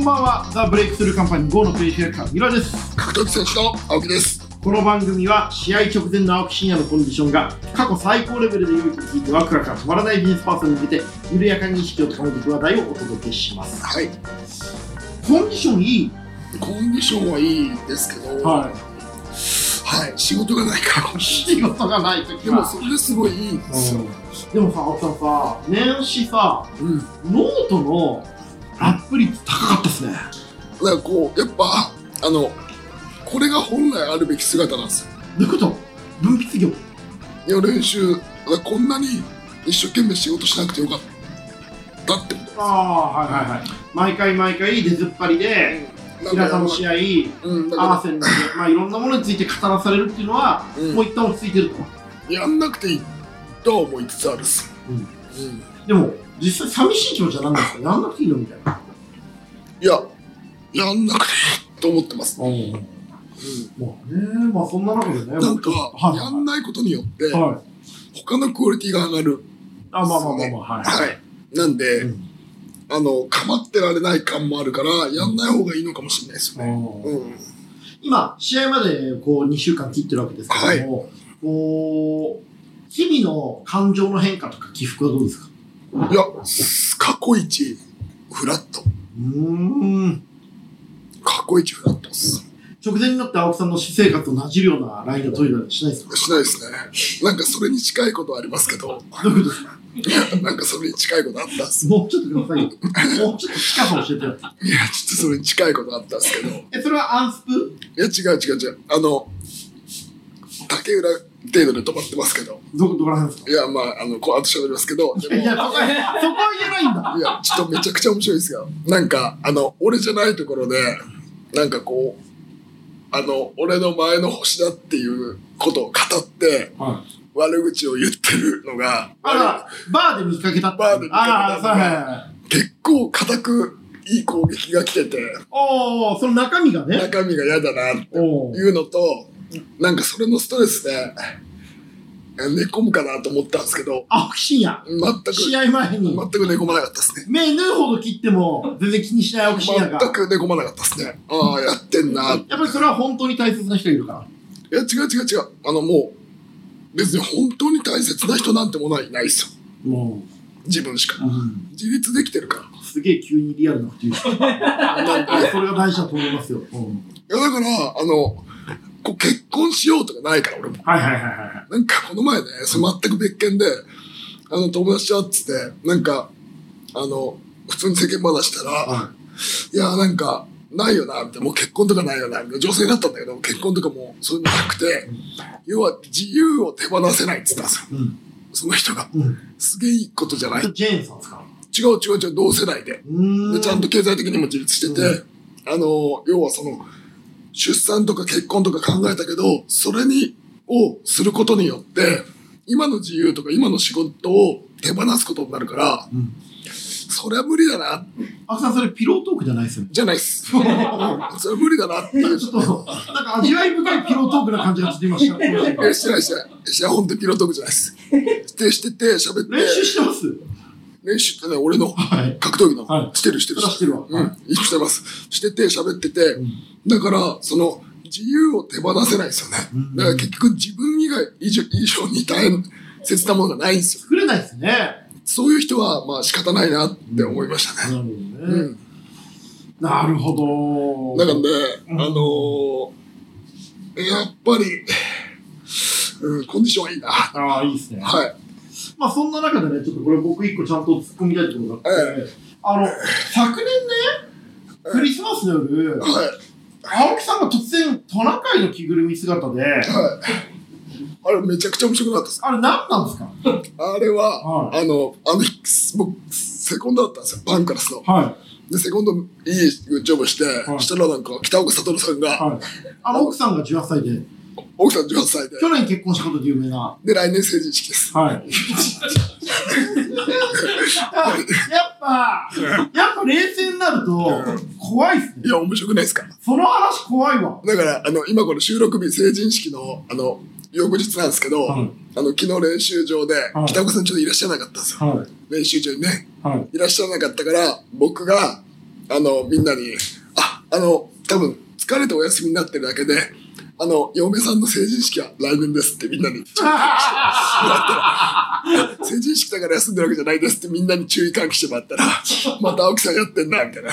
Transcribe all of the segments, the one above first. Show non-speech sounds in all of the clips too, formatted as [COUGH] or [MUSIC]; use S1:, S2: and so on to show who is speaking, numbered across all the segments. S1: んばんはザ・ブレイクスルーカンパニー GO のページ役者ギラです
S2: 格闘技選手の青木です。
S1: この番組は試合直前の青木真也のコンディションが過去最高レベルで良いと聞いてワクワクが止まらないビジネスパーソンに向けて緩やかに意識を高めていく話題をお届けします
S2: はい。
S1: コンディションいい
S2: コンディションはいいですけど、はい仕事がないから。
S1: 仕事がない時
S2: でも
S1: は
S2: それですごいいいんですよ。
S1: でもさ青木さんさ年始さ
S2: うん。だ
S1: ノートのアップ率高かったっすね
S2: からこうやっぱあのこれが本来あるべき姿なんですよ。
S1: どういうこと分泌業
S2: いや練習だからこんなに一生懸命仕事しなくてよかったってこ
S1: ああはいはいはい毎回毎回出ずっぱりで
S2: と。
S1: 平田の試合
S2: うんだ
S1: 合わ
S2: か
S1: せんで、まあ、いろんなものについて語らされるっていうのは、
S2: ら、うん
S1: もう一旦落ち着いてると
S2: やんなくていいとは思いつつあるっす。
S1: うん
S2: うん
S1: でも実際寂しい気持ちは何なんですかやんなくていいのみたいない
S2: ややんなくていいと思ってます。
S1: まあねまあそんな中でね
S2: なんか
S1: はい
S2: やんないことによって
S1: はい
S2: 他のクオリティが上がる。
S1: あまあまあまあまあはい
S2: はい。なんで、
S1: うん
S2: あの、構ってられない感もあるから、やんない方がいいのかもしれないですよ
S1: あ
S2: ね。
S1: ー
S2: うん。
S1: 今試合までこう2週間切ってるわけですけども、こう日々の感情の変化とか起伏はどうですか
S2: いや、過去一、フラット。
S1: うーん
S2: 過去一フラットっす。
S1: 直前になって青木さんの私生活となじるようなラインが取れたりしないですか
S2: しないですね。なんかそれに近いことはありますけど、 [LAUGHS]
S1: どういうことですか
S2: なんかそれに近いことあったっす。
S1: もうちょっとくださいよ。もうちょっと近さ教えてよ。
S2: いや、ちょっとそれに近いことあったっすけど。い
S1: え、それはアンスプ
S2: や、違う違う違う。あの、竹浦程度で止まってますけど。
S1: ど、どこら辺です
S2: いや、まあ、あの、こう、後喋りますけど、で
S1: か
S2: も
S1: いや、そこは、そこは言えないんだ。
S2: いや、ちょっとめちゃくちゃ面白いですよ。なんか、あの、俺じゃないところで、なんかこう、あの、俺の前の星だっていうことを語って、
S1: は
S2: 悪口を言ってるのが、
S1: あら、バーで見かけたって
S2: バーで見かけた
S1: あら、そうはいはいはい。
S2: 結構固くいい攻撃が来てて、
S1: おー、その中身がね。
S2: 中身が嫌だなって
S1: おー。
S2: いうのと、なんかそれのストレスで、寝込むかなと思ったんですけど、
S1: 青木真也。
S2: 全く、
S1: 試合前に
S2: 全。く寝込まなかったですね。
S1: 目縫うほど切っても、全然気にしない青木真也が。
S2: 全く寝込まなかったですね。ああ、やってんなって
S1: やっぱりそれは本当に大切な人がいるから。
S2: いや、違う違う違う。あの、もう、別に本当に大切な人なんてものはいないですよ。
S1: も
S2: 自分しか。
S1: う、うん。
S2: 自立できてるか
S1: すげえ急にリアルなこと [LAUGHS] 言う。そ
S2: ら。なんで。いや、
S1: れが大事だと思いますよ。うん。
S2: だから、あの、こう結婚しようとかないから、俺も。
S1: はいはいはいはい。
S2: なんか、この前ね、それ全く別件で、あの、友達と会ってて、なんか、あの、普通に世間話したら、
S1: はい
S2: や、なんか、ないよな、みたいな。もう結婚とかないよな、みたいな。女性だったんだけど、結婚とかもう、そういうのなくて、要は自由を手放せないって言ったんですよ。
S1: い。うん。
S2: その人が。
S1: うん。
S2: すげえいいことじゃない。
S1: ジェーンさんですか
S2: 違う違う違う、同世代で。
S1: うー
S2: でちゃんと。経済的にも自立してて、
S1: う
S2: あの、要はその、出産とか結婚とか考えたけど、それに、をすることによって、今の自由とか今の仕事を手放すことになるから、
S1: うん。
S2: それは無理だな、
S1: 青木さん、それピロートークじゃないですよね。 [LAUGHS]
S2: じゃないっす。
S1: ちょ
S2: それは無理だなっていう。
S1: っと、なんか味わい深いピロートークな感じがしてました。
S2: え、して [LAUGHS] ないしてない。してない、本当にピロトークじゃないっす。して、してて、喋っ
S1: [LAUGHS]
S2: て、
S1: 練習してます
S2: 練習ってね、俺の
S1: はい。
S2: 格闘技の、
S1: はい
S2: してるしてる。
S1: それはしてるわ
S2: うん、してます。してて、喋ってて、だから、その、自由を手放せないですよね。
S1: うん
S2: だから結局自分以外以上以上に大変、切なものがないんですよ。
S1: 作れないですね。
S2: そういう人は、まあ仕方ないなって思いました
S1: な
S2: ね。
S1: るほど
S2: う
S1: ね。なるほど。
S2: ん。だからね、あ
S1: うん
S2: のーやっぱり、うん、コンディションはいいな。は
S1: ああ、いいですね。
S2: い。
S1: まあ、そんな中でね、ちょっとこれ僕一個ちゃんと突っ込みたいところがあって、あの、昨年ね、
S2: ええ
S1: クリスマスの夜、
S2: は
S1: 青木さんが突然トナカイの着ぐるみ姿で、
S2: い。はい。あれめちゃくちゃ面白くなかったです。
S1: あれ何なんですか
S2: あれは、
S1: は
S2: あの、あの、僕、セコンドだったんですよ。バンカラスの。
S1: はい。
S2: で、セコンドいいジョブして、
S1: い
S2: したらなんか、北岡悟さんが、
S1: はい。あの、奥さんが18歳で、
S2: 奥さん18歳で、
S1: 去年結婚したことで有名な。
S2: で、来年成人式です。
S1: はい。 [LAUGHS] やっぱ、やっぱ冷静になると怖いっす
S2: い
S1: ね。
S2: や、面白くないですか
S1: その話怖いわ。
S2: だから、あの、今この収録日、成人式の、あの、翌日なんですけど、
S1: はい
S2: あの、昨日練習場で、
S1: はい
S2: 北岡さんちょっといらっしゃらなかったんですよ。
S1: は [LAUGHS]
S2: 練習場にね、
S1: い。はい。
S2: いらっしゃらなかったから、僕が、あの、みんなに、あ、あの、多分、疲れてお休みになってるだけで、あの、嫁さんの成人式は来年ですってみんなに、成人式だから休んでるわけじゃないですってみんなに注意喚起してもらった
S1: [LAUGHS]
S2: ら、また青木さんやってんな、みたいな。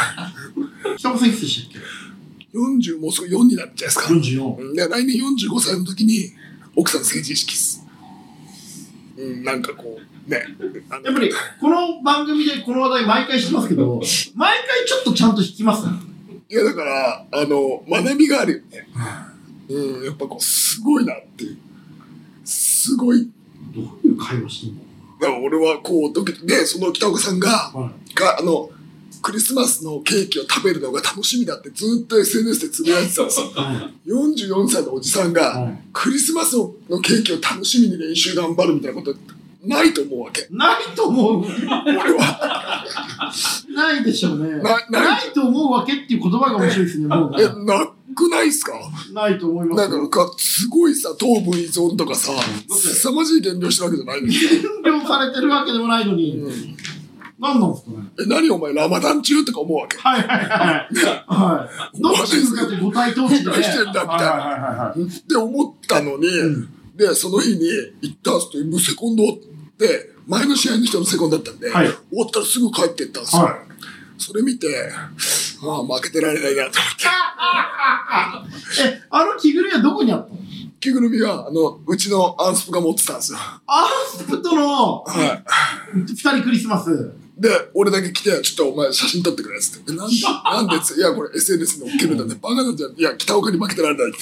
S1: 北本さんいくつでしたっ
S2: 40、もうすぐ4になるんじゃないです
S1: け
S2: か。
S1: 44
S2: うんで、来年45歳の時に、奥さん成人式っす。うん、なんかこう、ね。あの
S1: やっぱりこの番組でこの話題毎回してますけど毎回ちょっとちゃんと引きますね
S2: いや、だから、あの、学びがあるよね。うん、やっぱこう、すごいなっていう。すごい。
S1: どういう会話してんの
S2: だから俺はこう、ドキドキで、その北岡さんが、
S1: はい
S2: が、あの、クリスマスのケーキを食べるのが楽しみだってずっと SNS でつぶやいてたんですよ。
S1: はい
S2: 44歳のおじさんが、
S1: はい
S2: クリスマスのケーキを楽しみに練習頑張るみたいなことないと思うわけ。
S1: ないと思う
S2: 俺は。
S1: ないでしょうね
S2: なない
S1: ないと思うわけっていう言葉が面白いですねもう
S2: え、
S1: ね
S2: なくないっすか
S1: ないと思いま
S2: な
S1: す
S2: んか、すごいさ、糖分依存とかさ、
S1: て
S2: 凄まじい減量してるわけじゃないのに。
S1: 減量されてるわけでもないのに、
S2: うん
S1: 何なんですかね
S2: え、何お前ラマダン中とか思うわけ。
S1: はいはいはいはいどっちに向かって五体投資でね
S2: 何してんだみたいな
S1: はいはいはいはい
S2: って思ったのに、
S1: ん
S2: で、その日に行ったんですと、もうセコンドって、前の試合の人のセコンドだったんで、
S1: はい
S2: 終わったらすぐ帰ってったんですよ。
S1: はい
S2: それ見て、ああ、負けてられないなと思って。
S1: え、あの着ぐるみはどこにあったの
S2: 着ぐるみは、あの、うちのアンスプが持ってたんですよ。
S1: アースプとの
S2: は
S1: 二人クリスマス。
S2: い。で、俺だけ来て、ちょっとお前写真撮ってくれっつって。えなんで、なんでっつって。いや、これ SNS に載っけるんだって。バカなんじゃん。いや、北岡に負けてられないって。っ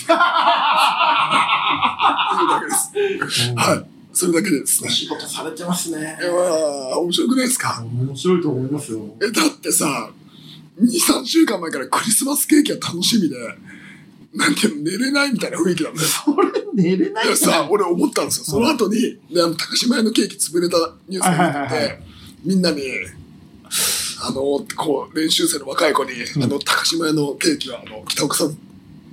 S2: ていうだけです。はい。それだけですね。
S1: 仕事されてますね
S2: いやー面白くないですか
S1: 面白いと思いますよ。
S2: えだってさ23週間前からクリスマスケーキは楽しみでなんていうの寝れないみたいな雰囲気なんだよ
S1: それ寝れない
S2: でさ俺思ったんですよその後に、であの高島屋のケーキ潰れたニュースが出てて、
S1: はいはいはいは
S2: みんなにあのこう練習生の若い子に、あの高島屋のケーキはあの北岡さん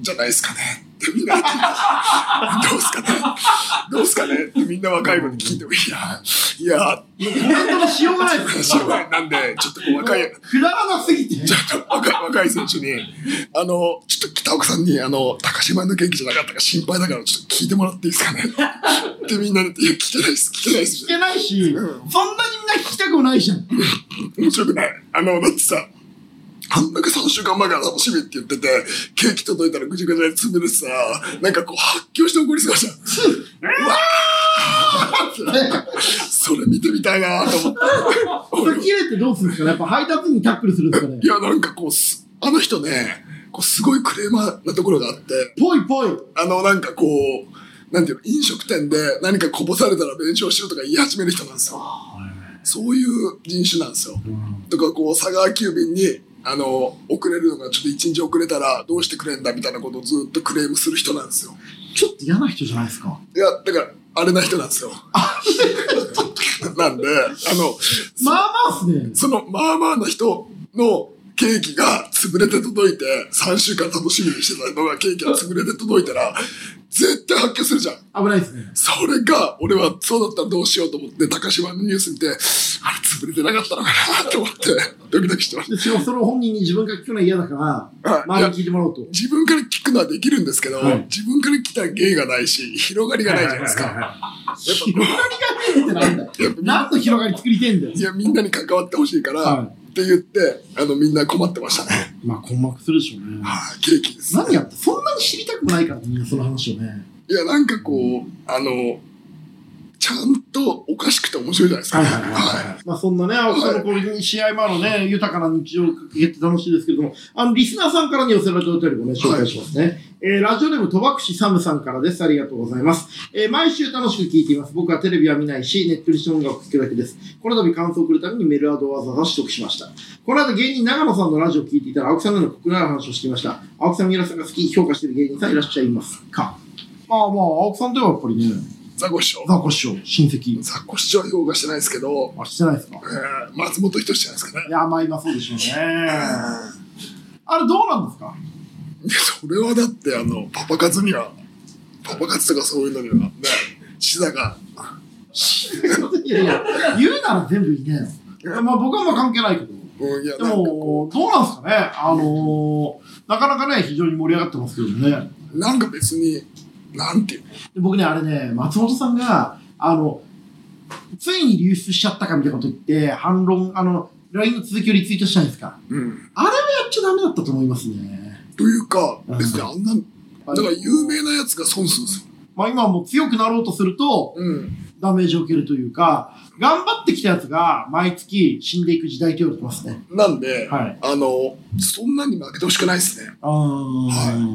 S2: じゃないですかねってみんなに聞いて [LAUGHS] どうすかねどうすかねってみんな若い子に聞いてもいやいや
S1: 本当にしようがないです
S2: しょ
S1: よ
S2: う。がないなんでちょっとこう若い
S1: くだらなすぎて。
S2: ちょっと若い若い選手に、あの、ちょっと北奥さんに、あの、高島屋の元気じゃなかったか心配だから、ちょっと聞いてもらっていいですかね。ってみんなに言って、いや、聞けないです、聞けない
S1: 聞
S2: です。
S1: けないし、そんなにみんな聞きたくもないじゃん。
S2: 面白くない。あの、だってさ、あんだけ3週間前から楽しみって言ってて、ケーキ届いたらぐちゃぐちゃに詰めるしさ、なんかこう発狂して怒りそうじゃん。それ見てみたいなと思って。俺
S1: 切れてどうするんですかねやっぱ配達員にタックルするんですかね
S2: いや、なんかこうす、あの人ね、こうすごいクレーマーなところがあって、
S1: ぽいぽい。
S2: あの、なんかこう、なんていうの、飲食店で何かこぼされたら弁償しろとか言い始める人なんですよ。そういう人種なんですよ。とか、こう、佐川急便に、あの、遅れるのがちょっと一日遅れたらどうしてくれんだみたいなことをずっとクレームする人なんですよ。
S1: ちょっと嫌な人じゃないですか。
S2: いや、だから、あれな人なんですよ。 [LAUGHS] なんで、あの、
S1: まあまあっすね。
S2: その、まあまあな人のケーキが潰れて届いて、3週間楽しみにしてたのがケーキが潰れて届いたら、絶対発狂するじゃん。
S1: 危ないですね。
S2: それが、俺はそうだったらどうしようと思って、高島のニュース見て、あれ潰れてなかったのかな [LAUGHS] と思って、ドキドキしてまし
S1: で、それをそれを本人に自分から聞くのは嫌だから、
S2: た。はいい
S1: 周り
S2: や
S1: に聞いてもらおうと。
S2: 自分から聞くのはできるんですけど、
S1: はい
S2: 自分から来た芸がないし、広がりがないじゃないですか。
S1: 広がりがねえってなんだよ。何の広がり作りてえんだよ
S2: い。や、みんなに関わってほしいから、
S1: は
S2: って言って、あの、みんな困ってましたね。
S1: まあ困惑するでしょうね。
S2: はい、ケーキです。
S1: 何やって、そんなに知りたくもないからみんなその話をね。。
S2: いや、なんかこう、あの、ちゃんとおかしくて面白いじゃないですか。はい
S1: まあそんなね、青木さんのこう試合前のね、豊かな日常をかけて楽しいですけども、あの、リスナーさんからに寄せられたお便りをね、紹介しますね。えーラジオネーム、戸隠サムさんからです。ありがとうございます。えー毎週楽しく聞いています。僕はテレビは見ないし、ネットにして音楽を聴くだけです。この度感想を送るためにメールアドをわざわざ取得しました。この間芸人長野さんのラジオを聞いていたら、青木さんの国内の話をしていました。青木さん、皆さんが好き、評価している芸人さんいらっしゃいますかまあまあ、青木さんといえばやっぱりね、
S2: ザコシショウ。
S1: ザコ師匠、親戚。
S2: ザコシショウは評価してないですけど、
S1: あ、してないですか
S2: えー松本人志じゃないですかね
S1: い。や、まあ今そうでしょうね。あ
S2: うん
S1: れどうなんですか
S2: いやそれはだってあのパパ活にはパパ活とかそういうのにはね志田が
S1: いやいや、言うなら全部いねえよ。まあ僕はまあ関係ないけど。
S2: うん、いや、
S1: で
S2: なんか
S1: も、
S2: こ
S1: どうなんですかね。あのーなかなかね、非常に盛り上がってますけどね。
S2: う、なんか別に、なんていうの
S1: で僕ね、あれね、松本さんが、あの、ついに流出しちゃったかみたいなこと言って、反論、あの、LINE の続きをリツイートしたじゃないですか。
S2: う
S1: や
S2: ん。
S1: っちゃダメだったと思いますね。
S2: というか
S1: うん、
S2: 別にあんな、だから有名なやつが損するんですよ。
S1: まあ今はもう強くなろうとすると、
S2: うん。
S1: ダメージを受けるというか、頑張ってきたやつが毎月死んでいく時代と言われてますね。
S2: なんで、
S1: はい。
S2: あの、そんなに負けてほしくないですね。
S1: あー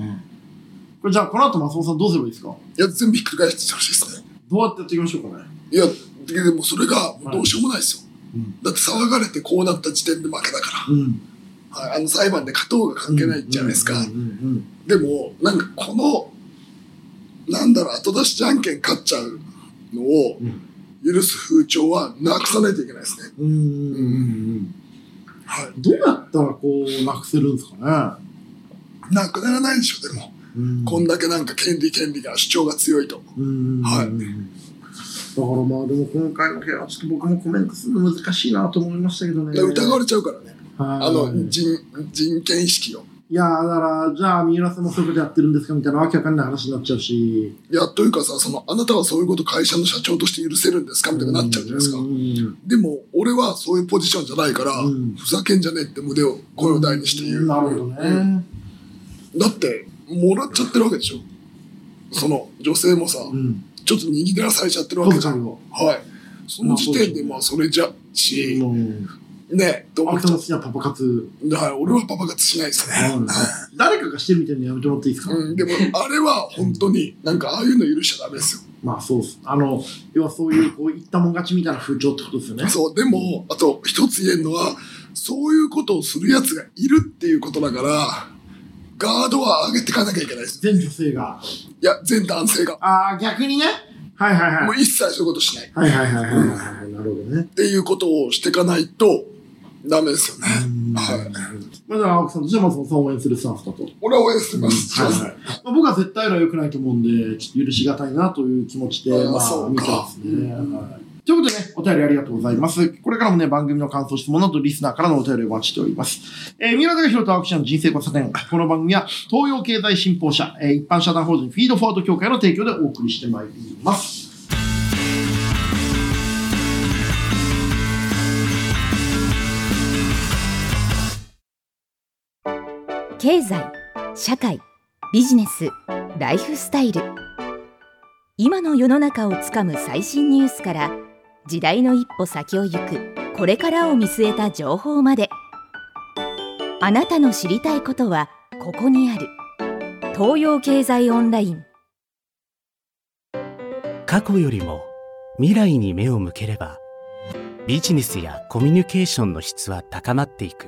S1: これじゃあ、この後松本さんどうすればいいですか
S2: いや、全部ひっくり返してほしいですね。
S1: どうやってやっていきましょうかね。
S2: いや、ででもそれがもうどうしようもないですよ。
S1: うん
S2: だって騒がれてこうなった時点で負けだか
S1: うん。
S2: ら。はい、あの裁判で勝とうが関係ないじゃないですか。
S1: うんうんうん
S2: でも、なんかこの、なんだろう、後出しじゃんけん勝っちゃうのを
S1: うん
S2: 許す風潮はなくさないといけないですね。
S1: うん。うんうんうん
S2: は
S1: うん。どうやったらこう、なくせるんですかね。
S2: い。なくならないでしょ、でも。
S1: うん
S2: こんだけなんか権利権利が主張が強いと。
S1: は。
S2: はいい
S1: だからまあでも今回の件はちょっと僕もコメントするの難しいなと思いましたけどね。
S2: で疑われちゃうからね。
S1: はい
S2: あの、人、人権意識を。
S1: いやーだから、じゃあ三浦さんもそういうことやってるんですかみたいなわけわかんない話になっちゃうし。
S2: いや、というかさ、その、あなたはそういうこと会社の社長として許せるんですかみたいになっちゃうじゃないですか
S1: うん。うん
S2: でも、俺はそういうポジションじゃないから、
S1: うん
S2: ふざけんじゃねえって胸を、声を大にして言う。
S1: なるほど
S2: うん
S1: ね。
S2: だって、もらっちゃってるわけでしょ。その、女性もさ、
S1: うん。
S2: ちょっと握らされちゃってるわけ
S1: 小
S2: じゃん。
S1: 遣いを。
S2: はい。その時点で、
S1: ま
S2: まあ、それじゃ、し、
S1: うん。
S2: ね、と思
S1: あ
S2: っ
S1: 人
S2: ちゃ
S1: の
S2: う
S1: 好きなパパ活。
S2: はい、俺はパパ活しないですね。
S1: 誰かがしてるみたいなのやめてもらっていいですか
S2: うん、でも、あれは本当に、なんか、ああいうの許しちゃダメですよ。
S1: まあそうっす。あの、要はそういう、こう、言ったもん勝ちみたいな風潮ってことですよね。
S2: そう、でも、あと一つ言えるのは、そういうことをする奴がいるっていうことだから、ガードは上げていかなきゃいけないです。
S1: 全女性が。
S2: いや、全男性が。
S1: ああ、逆にね。はいはいはい
S2: もう。一切そういうことしない。
S1: はいはいはいはいはい。なるほどね
S2: っ。ていうことをしていかないと、ダメですよね。はい。
S1: まあだから青木さんとしては松本さんを応援するスタンスだと。
S2: 俺は応援してます。し
S1: は
S2: ま
S1: い
S2: す
S1: はいまあ、僕は絶対裏は良くないと思うんで、ちょっと許しがたいなという気持ちで、
S2: あー
S1: ま
S2: そ
S1: あ、
S2: う
S1: 見
S2: か
S1: てますね。はいということでね、お便りありがとうございます。これからもね、番組の感想、質問など、リスナーからのお便りをお待ちしております。えー、三浦大弘と青木社の人生交差点。この番組は、東洋経済新報社、えー一般社団法人フィードフォワード協会の提供でお送りしてまいります。
S3: 経済社会ビジネスライフスタイル今の世の中をつかむ最新ニュースから時代の一歩先を行くこれからを見据えた情報まであなたの知りたいことはここにある東洋経済オンライン
S4: 過去よりも未来に目を向ければビジネスやコミュニケーションの質は高まっていく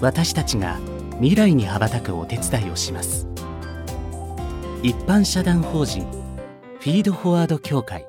S4: 私たちが未来に羽ばたくお手伝いをします一般社団法人フィードフォワード協会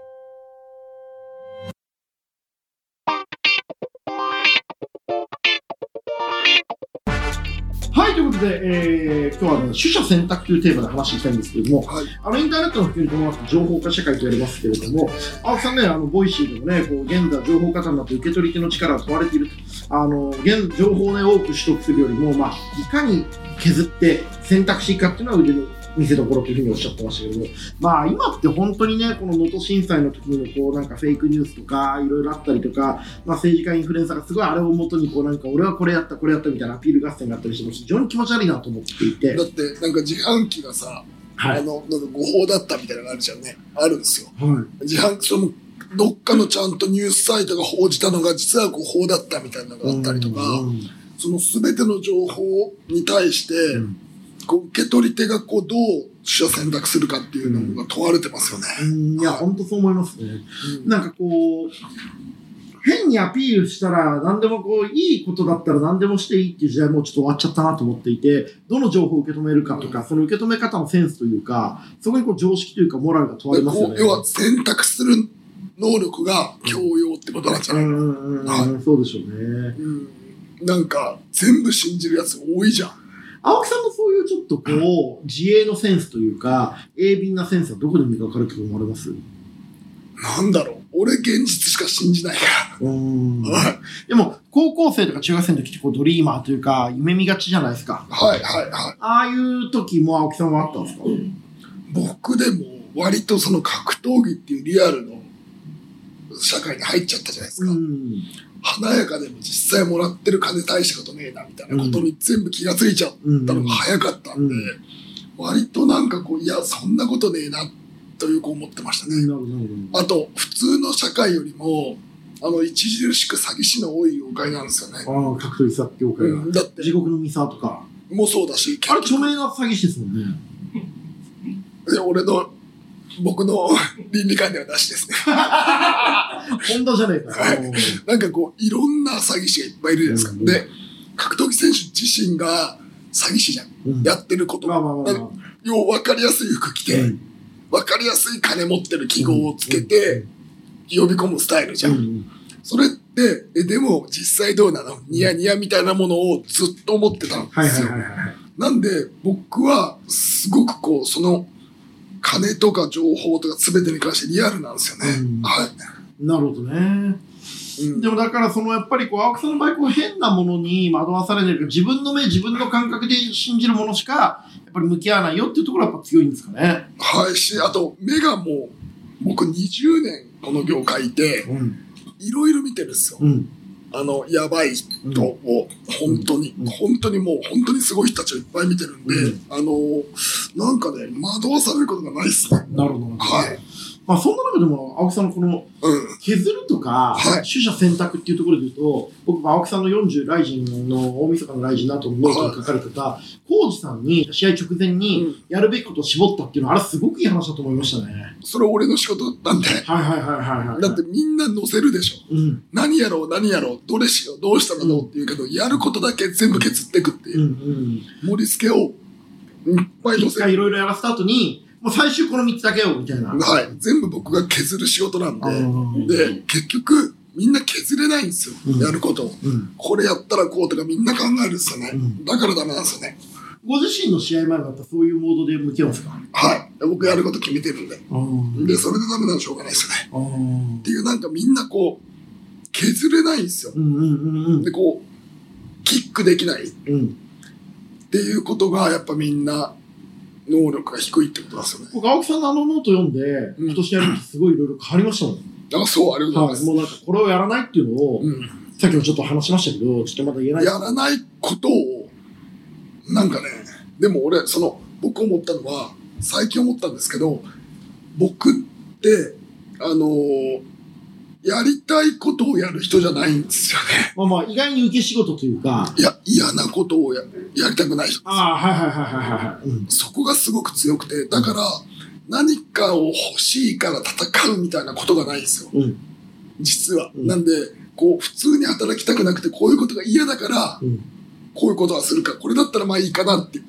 S1: はい、ということで、えー、今日は、ね、取捨選択というテーマで話していきたいんですけれども、
S2: はい
S1: あのインターネットの普及に伴って情報化社会と言われますけれども、青木さんね、あのボイシーでもね、こう現在、情報過多になって受け取り手の力が問われていると、あの現情報を、ね、多く取得するよりも、まあ、いかに削って選択していくかっていうのは腕の見せどころというふうにおっしゃってましたけども、まあ、今って本当にね、この能登震災の時にもこうなんかフェイクニュースとか、いろいろあったりとか、まあ、政治家インフルエンサーがすごいあれをもとにこうなんか俺はこれやったこれやったみたいなアピール合戦があったりしても非常に気持ち悪いなと思っていて
S2: だって、なんか自販機がさ、
S1: は
S2: あ
S1: い、
S2: の、なんか誤報だったみたいなのがあるじゃんね。あるんですよ。
S1: は
S2: 自販機、その、どっかのちゃんとニュースサイトが報じたのが実は誤報だったみたいなのがあったりとか、
S1: うん
S2: その全ての情報に対して、こう受け取り手がこうどう取捨選択するかっていうのが問われてますよね。
S1: うんいや本当そう思いますね、なんかこう変にアピールしたら何でもこういいことだったら何でもしていいっていう時代もうちょっと終わっちゃったなと思っていてどの情報を受け止めるかとかその受け止め方のセンスというかそこにこう常識というかモラルが問われ
S2: で
S1: ますよ
S2: こ
S1: ね
S2: う要は選択する能力が教養ってことなんじゃ
S1: う
S2: ない、
S1: んうんうん、
S2: は
S1: そうでしょうね
S2: うんなんか全部信じるやつ多いじゃん。
S1: 青木さんのそういうちょっとこう、自衛のセンスというか、鋭敏なセンスはどこで磨かれてると思われます
S2: なんだろう。俺現実しか信じないか
S1: うん
S2: ら。はい
S1: でも、高校生とか中学生の時ってこうドリーマーというか、夢見がちじゃないですか。
S2: はいはいはい。
S1: ああいう時も青木さんはあったんですか
S2: 僕でも割とその格闘技っていうリアルの社会に入っちゃったじゃないですか。
S1: ん。
S2: 華やかでも実際もらってる金大したことねえなみたいなことに全部気がついちゃっ
S1: うん
S2: たのが早かったんで、
S1: うん
S2: 割となんかこう、いや、そんなことねえなというこう思ってましたね。
S1: なるほどなるほ
S2: あと、普通の社会よりも、あの、著しく詐欺師の多い業界なんですよね。
S1: ど。ああ、格闘技作業界が。
S2: だって
S1: 地、獄のミサとか。
S2: もうそうだし、
S1: あれ、著名な詐欺師ですもんね。
S2: いや俺の、僕の倫理観ではなしですね。 [LAUGHS]
S1: 本田じゃねえか。
S2: はいなんかこう、いろんな詐欺師がいっぱいいるじゃないですか。で、格闘技選手自身が詐欺師じゃん。
S1: うん
S2: やってること
S1: まあ
S2: が、
S1: まあまあまあ。
S2: よう分かりやすい服着て、分かりやすい金持ってる記号をつけて、呼び込むスタイルじゃん。それって、え、でも実際どうなのニヤニヤみたいなものをずっと思ってたんです
S1: はいは
S2: よ。
S1: いはいはい。
S2: なんで、僕は、すごくこう、その、金とか情報とか全てに関してリアルなんですよね。
S1: うん
S2: はい。
S1: なるほどね。
S2: うん
S1: でもだから、そのやっぱりこう、青木さんの場合、こう変なものに惑わされてるから、自分の目、自分の感覚で信じるものしか、やっぱり向き合わないよっていうところはやっぱ強いんですかね。
S2: はい。し、あと、目がもう、僕20年この業界いて、
S1: うん。
S2: いろいろ見てるんですよ。
S1: うん。
S2: あの、やばい人を、本当に、
S1: うん
S2: 本当にもう、本当にすごい人たちをいっぱい見てるんで、
S1: うん
S2: あの、なんかね、惑わされることがないっすね。
S1: なるほど。
S2: はい。
S1: まあ、そんな中でも、青木さんのこの、
S2: うん。
S1: 削るとか、
S2: はい
S1: 取捨選択っていうところで言うと、僕、青木さんの40ライジンの大晦日のライジンの後のノートに書かれてた、浩二さんに試合直前
S2: う
S1: に
S2: ん
S1: やるべきことを絞ったっていうのは、あれすごくいい話だと思いましたね。
S2: それ俺の仕事なんで。
S1: はいはいはいはいはい。
S2: だってみんな載せるでしょ。
S1: うん、
S2: 何やろう何やろうどれしようどうしたらどうっていうけど、やることだけ全部削っていくっていうう、
S1: ん、うん。
S2: 盛り付けをいっぱい乗
S1: 一
S2: せる
S1: 回いろいろやらせた後に、もう最終この3つだけよ、みたいな。
S2: はい全部僕が削る仕事なん
S1: あー
S2: でで結局みんな削れないんですよ、
S1: うん
S2: やることを
S1: うん、
S2: これやったらこうとかみんな考えるんですよね、
S1: うん
S2: だからダメなんですよね
S1: ご自身の試合前はやっぱそういうモードで向き合うんですか
S2: はい僕やること決めてるんで
S1: あー
S2: でそれでダメならしょうがないですよね
S1: あー
S2: っていうなんかみんなこう削れないんですよ
S1: うんうんうんうん
S2: でこうキックできない
S1: うん
S2: っていうことがやっぱみんな能力が低いってことなんですよね。
S1: 僕、青木さんのあのノート読んで、
S2: ん
S1: 今年やる時すごいいろいろ変わりましたもん。
S2: あそうありがとうご
S1: は
S2: ざ
S1: い。
S2: い
S1: も
S2: ます。
S1: うなんか、これをやらないっていうのを、
S2: うん
S1: さっきもちょっと話しましたけど、ちょっとまだ言えない。
S2: やらないことをなんかねでも俺その僕思ったのは最近思ったんですけど僕ってあのーやりたいことをやる人じゃないんですよね。
S1: まあまあ、意外に受け仕事というか、
S2: いや嫌なことをややりたくない人
S1: ああ、はいはいはいはいはいはい。うん。
S2: そこがすごく強くてだから何かを欲しいから戦うみたいなことがないんですよ。
S1: うん。
S2: 実は。
S1: うん
S2: なんで、こう、普通に働きたくなくて、こういうことが嫌だから、
S1: うん。
S2: こういうことはするか、これだったらまあいいかなって、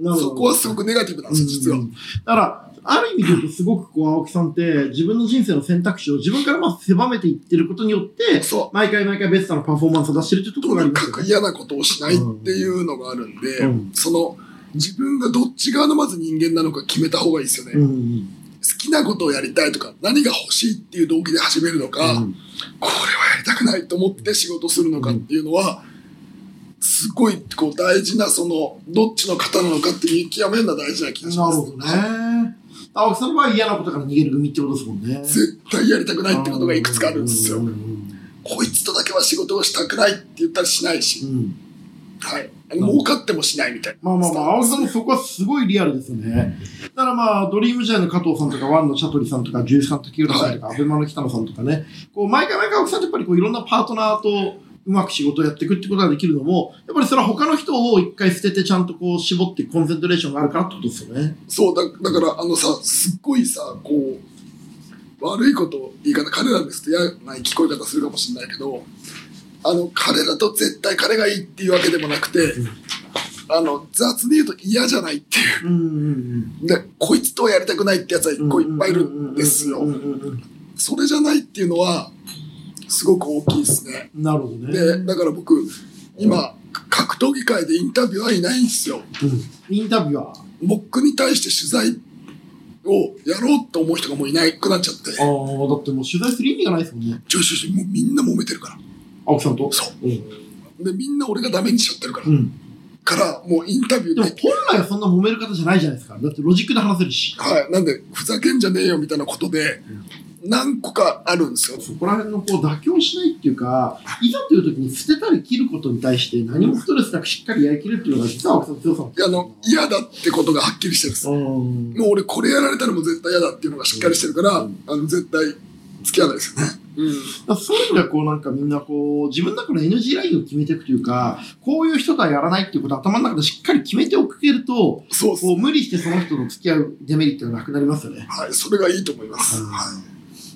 S1: なるほど
S2: そこはすごくネガティブなんですよ、実は
S1: う。んだから、ある意味で言うと、すごくこう、青木さんって、自分の人生の選択肢を自分からまあ狭めていってることによって、
S2: そ
S1: 毎回毎回ベストなパフォーマンスを出してるっていう
S2: う。
S1: とことろがあり
S2: に
S1: ます
S2: か
S1: よ
S2: く
S1: ね。
S2: 嫌なことをしないっていうのがあるんで、
S1: うん
S2: その、自分がどっち側のまず人間なのか決めた方がいいですよね。
S1: うん
S2: 好
S1: うん
S2: きなことをやりたいとか、何が欲しいっていう動機で始めるのか、
S1: うん
S2: これはやりたくないと思って仕事するのかっていうのは、すごいこう大事な、その、どっちの方なのかって見極めるのは大事な気がし
S1: な
S2: ま
S1: る
S2: す。
S1: ほどね。青木さんの場合は嫌なことから逃げる組ってことですもんね。
S2: 絶対やりたくないってことがいくつかあるんですよ
S1: う。ん
S2: こいつとだけは仕事をしたくないって言ったりしないし、はい。あの儲かってもしないみたいな。
S1: まあまあまあ、青木さんもそこはすごいリアルですよね。だからまあ、ドリーム時代の加藤さんとか、ワンのシャトリさんとか、ジュースさんとか、キューラさんとか、アベマの北野さんとかね、こう、毎回毎回青木さんってやっぱりこう、いろんなパートナーとうまく仕事をやっていくってことができるのも、やっぱりそれは他の人を一回捨ててちゃんとこう、絞ってコンセントレーションがあるからってことですよね。
S2: そうだ、だからあのさ、すっごいさ、こう、悪いこと、言い方、彼らですと嫌な聞こえ方するかもしれないけど、あの、彼らと絶対彼がいいっていうわけでもなくて、あの、雑に言うと嫌じゃないっていう。
S1: うんうん
S2: で、こいつとはやりたくないってやつは
S1: う
S2: 一
S1: ん。
S2: 個いっぱいいるんです
S1: う
S2: よ
S1: ん。うんうん
S2: それじゃないっていうのは、すごく大きいですね。
S1: なるほどね。
S2: で、だから僕、今、格闘技界でインタビューはいないんですよ。
S1: うんインタビュアー。
S2: 僕に対して取材をやろうと思う人がもういなくなっちゃって、
S1: ああ、だってもう取材する意味がないですもんね。
S2: ちょいちょいちょいもうみんな揉めてるから。
S1: 青木さんと。。
S2: そうで、みんな俺がダメにしちゃってるから
S1: う。ん。
S2: から、もうインタビュ
S1: でも
S2: ー
S1: 本
S2: で、
S1: 来はそんな揉める方じゃないじゃないですか。だってロジックで話せるし。
S2: はい、なんで、ふざけんじゃねえよみたいなことで、何個かあるんですよ。
S1: そこら辺のこう妥協しないっていうか、いざという時に捨てたり切ることに対して何もストレスなくしっかりやりきるっていうのが実は青木さんの強さ
S2: あの、嫌だってことがはっきりしてるんです。
S1: うん。
S2: もう俺これやられたらもう絶対嫌だっていうのがしっかりしてるから、
S1: うん
S2: あの、絶対付き合わないですよ
S1: だ
S2: ね。
S1: からそういう意味ではこうなんかみんなこう自分の中の NG ラインを決めていくというかこういう人とはやらないっていうことを頭の中でしっかり決めておけると
S2: そうっす
S1: こう無理してその人と付き合うデメリットがなくなりますよね。
S2: はい、それがいいと思います。
S1: うん
S2: はい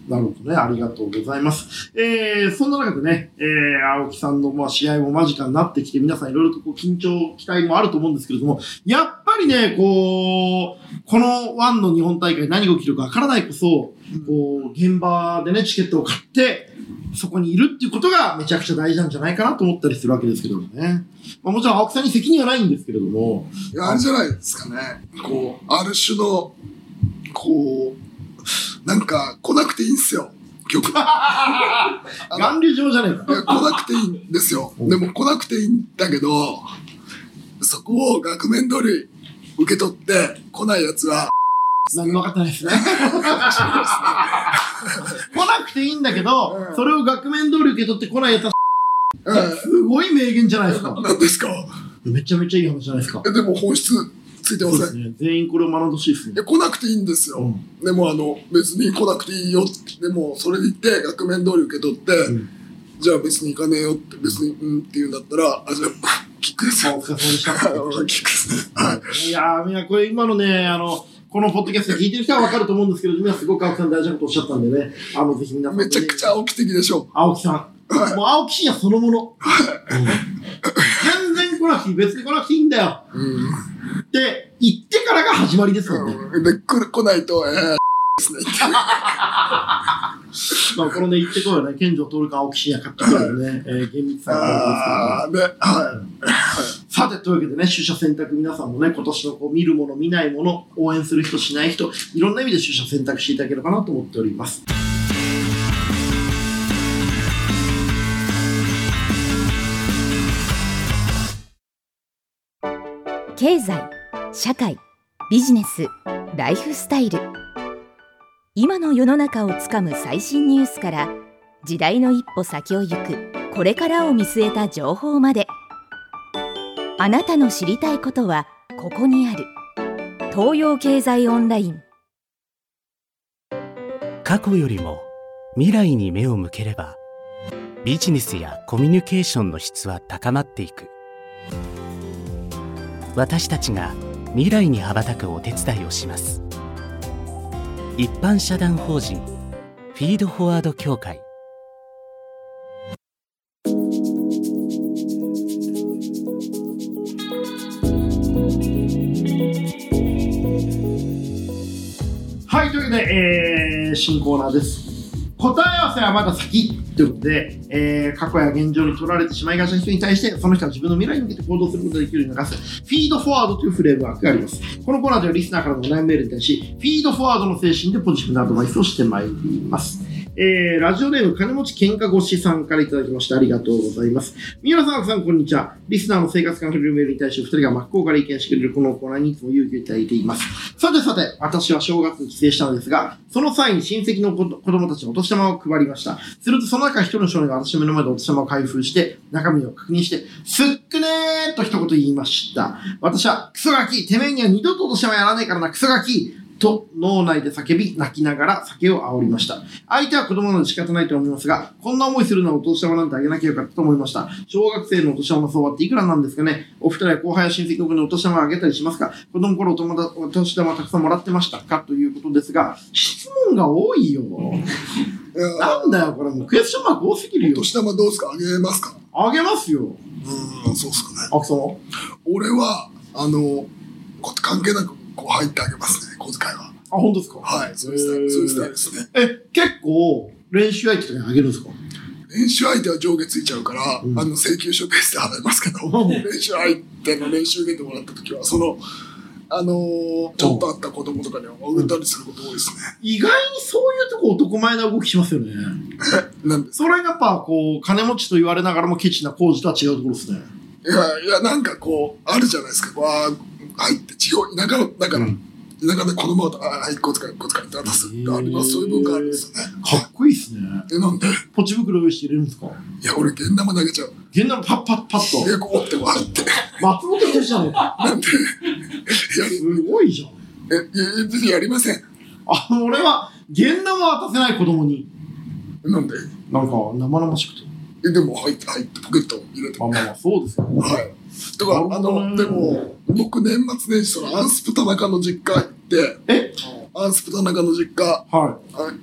S1: なるほどね。ありがとうございます。えー、そんな中でね、えー、青木さんのまあ試合も間近になってきて、皆さんいろいろとこう緊張、期待もあると思うんですけれども、やっぱりね、こう、このワンの日本大会何が起きるかわからないこそ、こう、現場でね、チケットを買って、そこにいるっていうことがめちゃくちゃ大事なんじゃないかなと思ったりするわけですけどもね。まあ、もちろん青木さんに責任はないんですけれども、
S2: いやあれじゃないですかね。こう、ある種の、こう、なんか、来なくていいんすよ、曲。いや、の
S1: 巌流島じゃねえか。
S2: 来なくていいんですよ。でも来なくていいんだけど、そこを額面通り受け取って、来ないやつは、
S1: 何も分かってないですね。来なくていいんだけど、
S2: うん
S1: それを額面通り受け取って来ないやつは、
S2: うん、
S1: すごい名言じゃないですか。
S2: なんですか
S1: めちゃめちゃいい話じゃないですか。
S2: えでも本質ついてま
S1: そう
S2: せ
S1: で
S2: ん。
S1: す
S2: い
S1: ね。全員これを学んでほしいですね
S2: や、。来なくていいんですよ。
S1: うん
S2: でもあの別に来なくていいよってでもそれで言って額面通り受け取って、
S1: ん
S2: じゃあ別に行かねえよって別にうんって言うんだったらあじゃあキックです
S1: あ
S2: よ
S1: お疲れ様でし
S2: あ
S1: た。
S2: のキックですねはい
S1: いやー、みんなこれ今のね、あの、このポッドキャスト聞いてる人は分かると思うんですけど、今すごく青木さん大事なことおっしゃったんでね、あの、ぜひ皆さん、ね、
S2: [LAUGHS] めちゃくちゃ青木的でしょ
S1: 青木さん。もう青木真也そのもの。うん全然来なくていい。別に来なくていいんだよ。
S2: う、うん
S1: って言ってからが始まりですもんね。
S2: うん、で来る来ないとえー
S1: まあ、このね、言ってこいよね。健城徹か青木真也かっていうのはね、えー、厳密さがあ
S2: あーでは
S1: るんですけど。さて、というわけでね、取捨選択皆さんもね、今年のこう見るもの、見ないもの、応援する人、しない人、いろんな意味で取捨選択していただければなと思っております。
S3: 経済社会ビジネスライフスタイル今の世の中をつかむ最新ニュースから時代の一歩先を行くこれからを見据えた情報まであなたの知りたいことはここにある東洋経済オンライン
S4: 過去よりも未来に目を向ければビジネスやコミュニケーションの質は高まっていく私たちが未来に羽ばたくお手伝いをします一般社団法人フィードフォワード協会
S1: はい、というわけで、えー、新コーナーです。答え合わせはまだ先ということで、えー、過去や現状にとられてしまいがちな人に対して、その人は自分の未来に向けて行動することができるように流す、フィードフォワードというフレームワークがあります。このコーナーではリスナーからのお悩みメールに対し、フィードフォワードの精神でポジティブなアドバイスをしてまいります。えー、ラジオネーム金持ち喧嘩越しさんからいただきましてありがとうございます。三浦さん、青木さん、こんにちは。リスナーの生活感フルメールに対してお二人が真っ向から意見してくれるこのコーナーにいつも勇気をいただいています。さてさて、私は正月に帰省したのですが、その際に親戚の子子供たちにお年玉を配りました。するとその中一人の少年が私の目の前でお年玉を開封して、中身を確認して、すっくねーと一言言いました。私は、クソガキてめえには二度とお年玉やらねえからな、クソガキと脳内で叫び、泣きながら酒を煽りました。相手は子供なので仕方ないと思いますが、こんな思いするのはお年玉なんてあげなきゃよかったと思いました。小学生のお年玉の相場っていくらなんですかねお二人は後輩や親戚の子にお年玉あげたりしますか子供の頃お友達お年玉たくさんもらってましたかということですが、質問が多いよ。
S2: いや
S1: なんだよ、これもうクエスチョンマーク多すぎる
S2: お
S1: よ。
S2: 年玉どうですかあげますか
S1: あげますよ。
S2: うんそうっすかね
S1: あ、そ
S2: 俺はあのこ関係なくこう入ってあげますね小遣いは
S1: う。あ、本当ですか
S2: はいそういうスタイルそういうスタイルですね
S1: え、結構、練習相手とかにあげるんですか
S2: 練習相手は上下ついちゃうから、
S1: うん
S2: あの請求書ベースで払いますけど、
S1: うん
S2: 練習相手の練習受けてもらった時はそのあのーちょっとあった子供とかにはおごったりすること多いですね。
S1: 意外にそういうとこ男前な動きしますよね。
S2: なんで
S1: それがやっぱこう、金持ちと言われながらもケチな工事とは違うところですね。
S2: いや、いや、なんかこう、あるじゃないですか。わあ、入って、地方、田舎の、だから、
S1: うん
S2: 田舎で子供と、ああ、1個使い、1個使いって渡すってあります。そういう文化ありますよね。
S1: かっこいいですね。
S2: え、なんで
S1: ポチ袋用意して入れるんですか
S2: いや、俺、現玉投げちゃう。
S1: 現代もパッパッパッ
S2: で、
S1: と。
S2: こうってこう入って。 [LAUGHS]
S1: 松本人志じゃねえか。
S2: なんで、やり、
S1: すごいじゃん。
S2: え、いや、やりません。
S1: あの、俺は、現代は渡せない子供に。
S2: なんで
S1: なんか、生々しくて。
S2: え、でも、入って、入って、ポケットを入れて。
S1: まあ
S2: は
S1: まあまあ、そうですよね。
S2: い。とか、あ
S1: なるほどね
S2: の、でも、僕、年末年始、その、アンスプ田中の実家行って、
S1: え
S2: アンスプ田中の実家
S1: は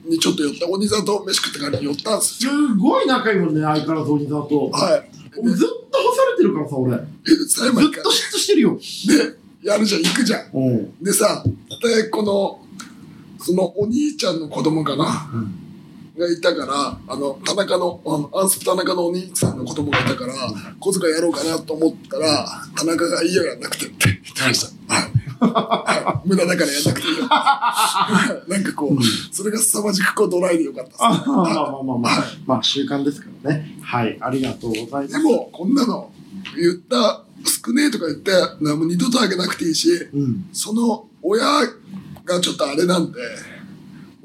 S2: にちょっと寄って、鬼座と飯食ってから寄ったんです
S1: い。すごい仲いいもんね、相変わらず鬼沢と
S2: よ。。はい。
S1: 俺ずっと干されてるからさ、俺。ず
S2: 最後ま
S1: っ
S2: で
S1: と嫉妬してるよ。
S2: やるじゃん、行くじゃん。
S1: うん。
S2: でさ、で、この、そのお兄ちゃんの子供かな、がいたから、あの、田中の、あのアンスプ田中のお兄さんの子供がいたから、小遣いやろうかなと思ったら、田中がいいよ、やんなくてって言ってました。はい。はい無駄だからやんなくてい [LAUGHS] いよ。なんかこう、それが凄まじくこうドライでよかったです
S1: あ
S2: ね
S1: まあまあまあまあまあ
S2: は、
S1: まあ習慣ですからね。はい、ありがとうございます。
S2: でも、こんなの、言った、少ねえとか言って、なもう二度とあげなくていいし、
S1: うん。
S2: その親がちょっとあれなんで、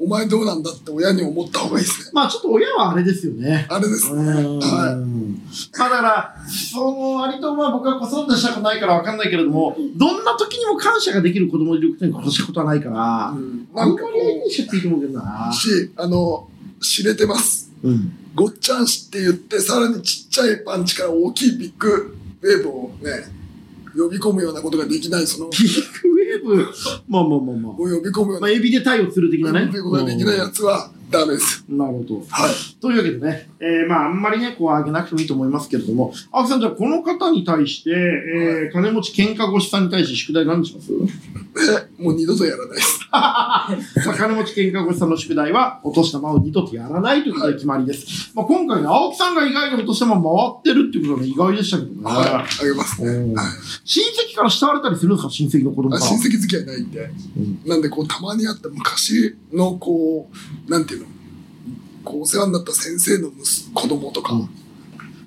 S2: お前どうなんだって親に思った方がいいですね。
S1: まあちょっと親はあれですよね。
S2: あれで
S1: う
S2: すね。
S1: ーん
S2: は
S1: まあだから、その割とまあ僕は子育てしたことないからわかんないけれども、どんな時にも感謝ができる子供いることに越したことはないから、
S2: う
S1: あん
S2: ん、
S1: ま
S2: なん
S1: り
S2: か
S1: 相
S2: こ
S1: 手に
S2: う、
S1: しちゃっていいと思うけどな。
S2: し、あの、知れてます。
S1: うん。
S2: ごっちゃんしって言って、さらにちっちゃいパンチから大きいビッグウェーブをね、呼び込むようなことができない、その、
S1: ビッグウェーブ、まあまあまあま
S2: を呼び込むよう
S1: あ。ま
S2: な
S1: あ、エビで対応する的なね。
S2: 呼び込むことができないやつはダメです。
S1: うんなるほど。
S2: はい。
S1: というわけでね、えーまあ、あんまりね、こう、あげなくてもいいと思いますけれども、青木さん、じゃあ、この方に対して、えー金持ち喧嘩越しさんに対して宿題何にします
S2: [LAUGHS] で、もう二度とやらないです。
S1: まあ、金持ち喧嘩越しさんの宿題は、お年玉を二度とやらないということで決まりです。まあ、今回ね、青木さんが意外にお年玉回ってるっていうことが、ね、意外でしたけどね。
S2: はい。あげます
S1: う
S2: ね。
S1: ん親戚から慕われたりするんですか親戚の子供か
S2: あ
S1: ら。
S2: 親戚付き合いないんで、
S1: うん
S2: なんでこうたまにあった昔のこうなんていうのこうお世話になった先生の息子供とか、
S1: うん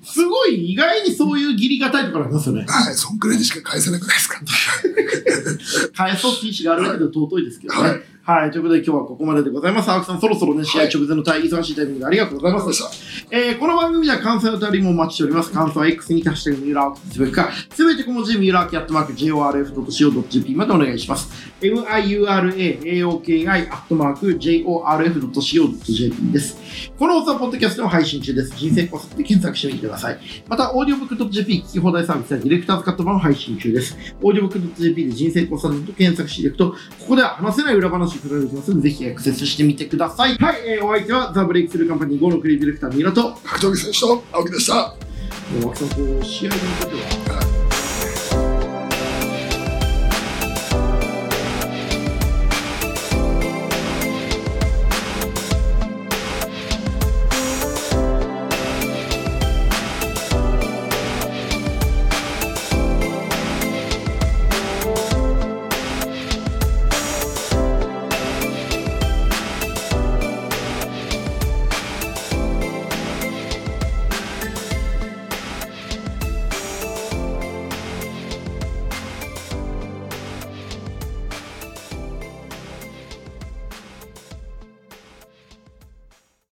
S1: すごい、意外にそういう義理がたいとかありますよね。
S2: はいそんくらいにしか返せなくないですか [LAUGHS]
S1: 返そうって意思があるわけでは尊いですけど
S2: は
S1: ね
S2: い。
S1: はい。ということで今日はここまででございます。青木さん、そろそろね、試合直前の対、忙しいタイミングでありがとうございま。
S2: そうですした
S1: えーこの番組では感想やお便りもお待ちしております。感想は X にハッシュタグ三浦をつぶやくか、すべて小文字で三浦明アットマーク JORF.CO.JP までお願いします。miuraaoki アットマーク JORF.CO.JP です。この放送はポッドキャストでも配信中です。人生コスで検索してみてください。また、オーディオブック .jp 聞き放題サービスやディレクターズカット版を配信中です。オーディオブック .jp で人生コンサルと検索していただくと、ここでは話せない裏話を振られてますので、ぜひアクセスしてみてください。はい、えーお相手はザ・ブレイクスルーカンパニー5のクリエイティブディレクター、ミラと、
S2: 格闘技選手と青木でした
S1: もう、あさこう、試合に向けては、